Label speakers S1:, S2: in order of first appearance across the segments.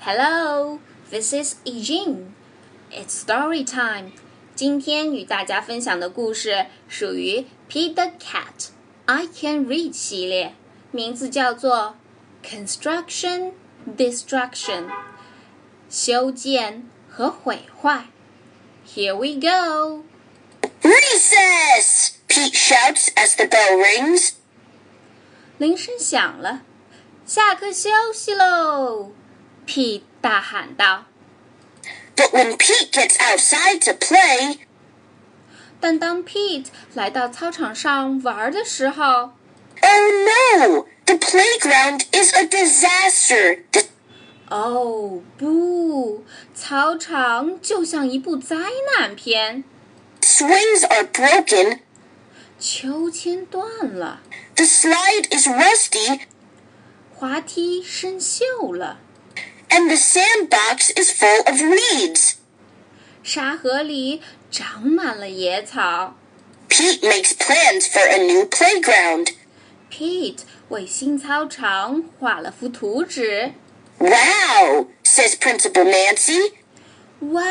S1: Hello, this is e j i n It's story time. 今天与大家分享的故事属于 Peter Cat I Can Read 系列，名字叫做 Construction Destruction 修建和毁坏。Here we go.
S2: Recess! Pete shouts as the bell rings.
S1: 铃声响了，下课休息喽！Pete 大喊道。
S2: But when Pete gets outside to play,
S1: 但当 Pete 来到操场上玩的时候，
S2: oh no! The playground is a disaster! The
S1: 哦不，操场就像一部灾难片，
S2: swings are broken,
S1: 秋千断了，
S2: the slide is rusty,
S1: 滑梯生锈了，
S2: and the sandbox is full of weeds.
S1: 沙河里长满了野草。
S2: Pete makes plans for a new playground.
S1: Pete 为新操场画了幅图纸。
S2: Wow! says Principal Nancy.
S1: 哇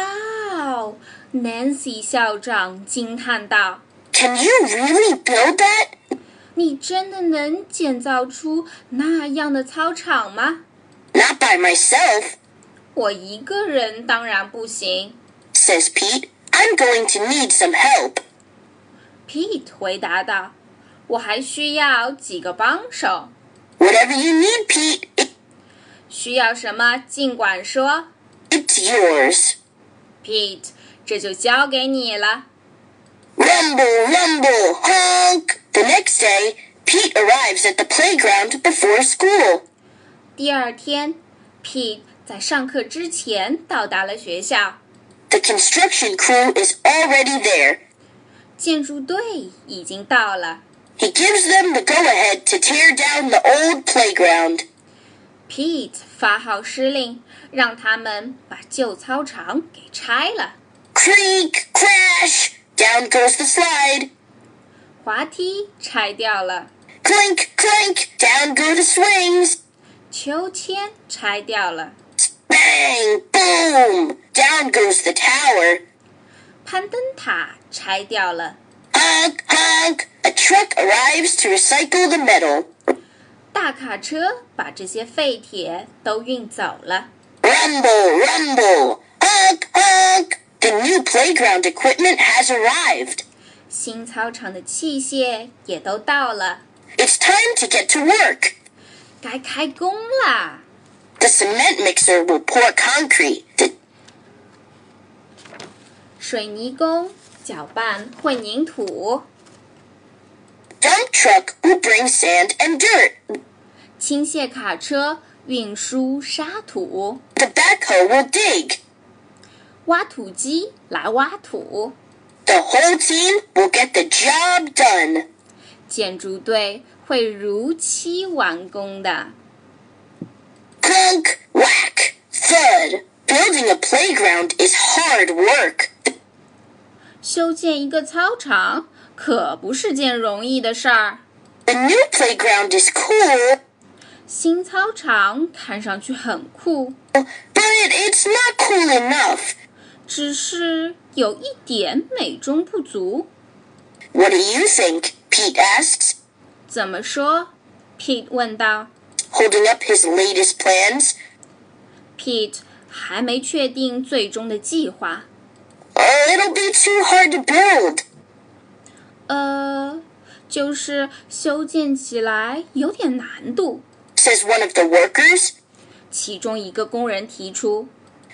S1: 哦！Nancy 校长惊叹道
S2: Can you really build that?：“
S1: 你真的能建造出那样的操场吗？
S2: Not by myself,
S1: 我一个人当然不行。
S2: says Pete. I'm going to need some help.
S1: ”Pete 回答道：“我还需要几个帮手，
S2: Whatever you need, Pete, it,
S1: 需要什么尽管说。
S2: it's yours.
S1: Pete，这就交给你了。
S2: Rumble, rumble, honk! The next day, Pete arrives at the playground before school. ”
S1: 第二天，Pete 在上课之前到达了学校，
S2: The construction crew is already there.
S1: 建筑队已经到了。
S2: He gives them the go ahead to tear down the old playground.
S1: Pete 发号施令，让他们把旧操场给拆了，
S2: Creak, crash! Down goes the slide.
S1: 滑梯拆掉了，
S2: Clink, clink! Down go the swings.
S1: 秋千拆掉了，
S2: Bang, boom! Down goes the tower.
S1: 攀登塔拆掉了，
S2: Honk, honk! A truck arrives to recycle the metal.
S1: 大卡车把这些废铁都运走了。
S2: Rumble, rumble! Honk, honk! The new playground equipment has arrived.
S1: 新操场的器械也都到了，
S2: It's time to get to work.
S1: 该开工啦！
S2: The cement mixer will pour concrete. The
S1: 水泥工搅拌混凝土，
S2: dump truck will bring sand and dirt.
S1: 倾卸卡车运输沙土，
S2: The backhoe will dig.
S1: 挖土机来挖土。
S2: The whole team will get the job done.
S1: 建筑队会如期完工的。
S2: Clunk, whack, thud. Building a playground is hard work.
S1: 修建一个操场可不是件容易的事儿。
S2: The new playground is cool,
S1: 新操场看上去很酷，
S2: but it's not cool enough.
S1: 只是有一点美中不足。
S2: What do you think? Pete asks,
S1: 怎么说？Pete 问道。
S2: holding up his latest plans.
S1: Pete 还没确定最终的计划。
S2: Oh, it'll be too hard to build.
S1: 呃，就是修建起来有点难度。
S2: Says one of the workers,
S1: 其中一个工人提出，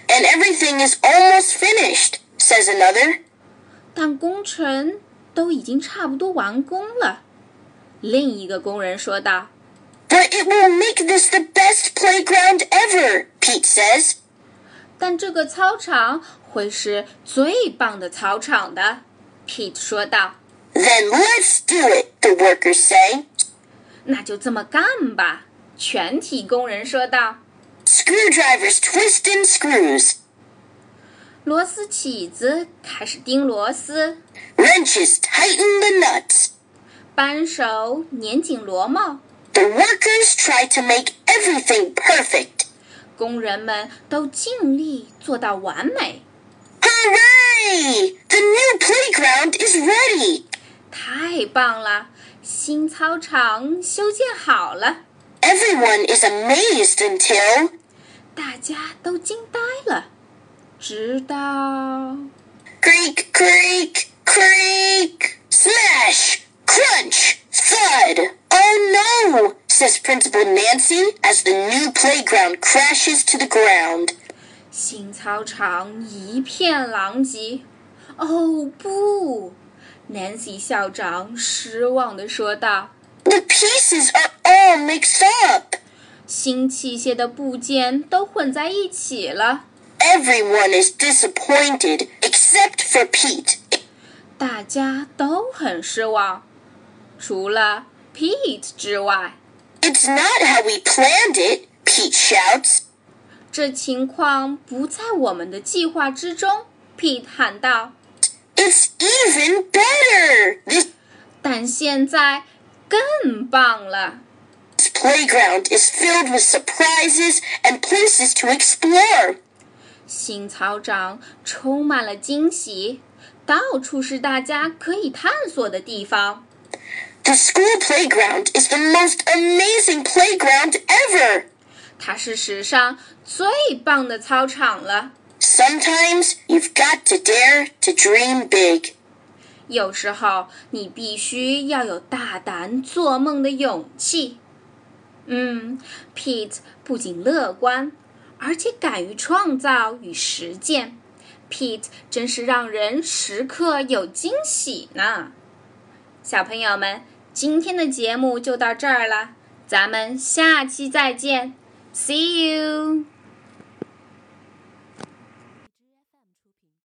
S2: and everything is almost finished. Says another,
S1: 但工程都已经差不多完工了。另一个工人说道
S2: but it will make this the best playground ever. Pete says,：“
S1: 但这个操场会是最棒的操场的。”Pete 说道
S2: then let's do it. The workers say,：“
S1: 那就这么干吧。”全体工人说道
S2: screwdrivers twisting screws,：“
S1: 螺丝起子开始钉螺丝，
S2: wrenches tighten the nuts.
S1: 扳手拧紧螺帽，
S2: The workers try to make everything perfect.
S1: 工人们都尽力做到完美。
S2: Hooray! The new playground is ready.
S1: 太棒了！新操场修建好了，
S2: Everyone is amazed until
S1: 大家都惊呆了。直到
S2: creak, creak, creak, smash, crunch, thud. Oh no, says Principal Nancy as the new playground crashes to the ground.
S1: 新操场一片狼藉。哦不！Nancy 校长失望地说道
S2: The pieces are all mixed up.：“
S1: 新器械的部件都混在一起了。
S2: Everyone is disappointed except for Pete. ”
S1: 大家都很失望，除了 Pete 之外。
S2: It's not how we planned it, Pete shouts.
S1: 这情况不在我们的计划之中，Pete 喊道。
S2: It's even better. This
S1: 但现在更棒了，
S2: playground is filled with surprises and places to explore.
S1: 新草长充满了惊喜，到处是大家可以探索的地方。
S2: The school playground is the most amazing playground ever.
S1: 它是史上最棒的操场了。
S2: Sometimes you've got to dare to dream big.
S1: 有时候你必须要有大胆做梦的勇气。嗯，Pete 不仅乐观，而且敢于创造与实践。Pete 真是让人时刻有惊喜呢。小朋友们，今天的节目就到这儿了，咱们下期再见，See you。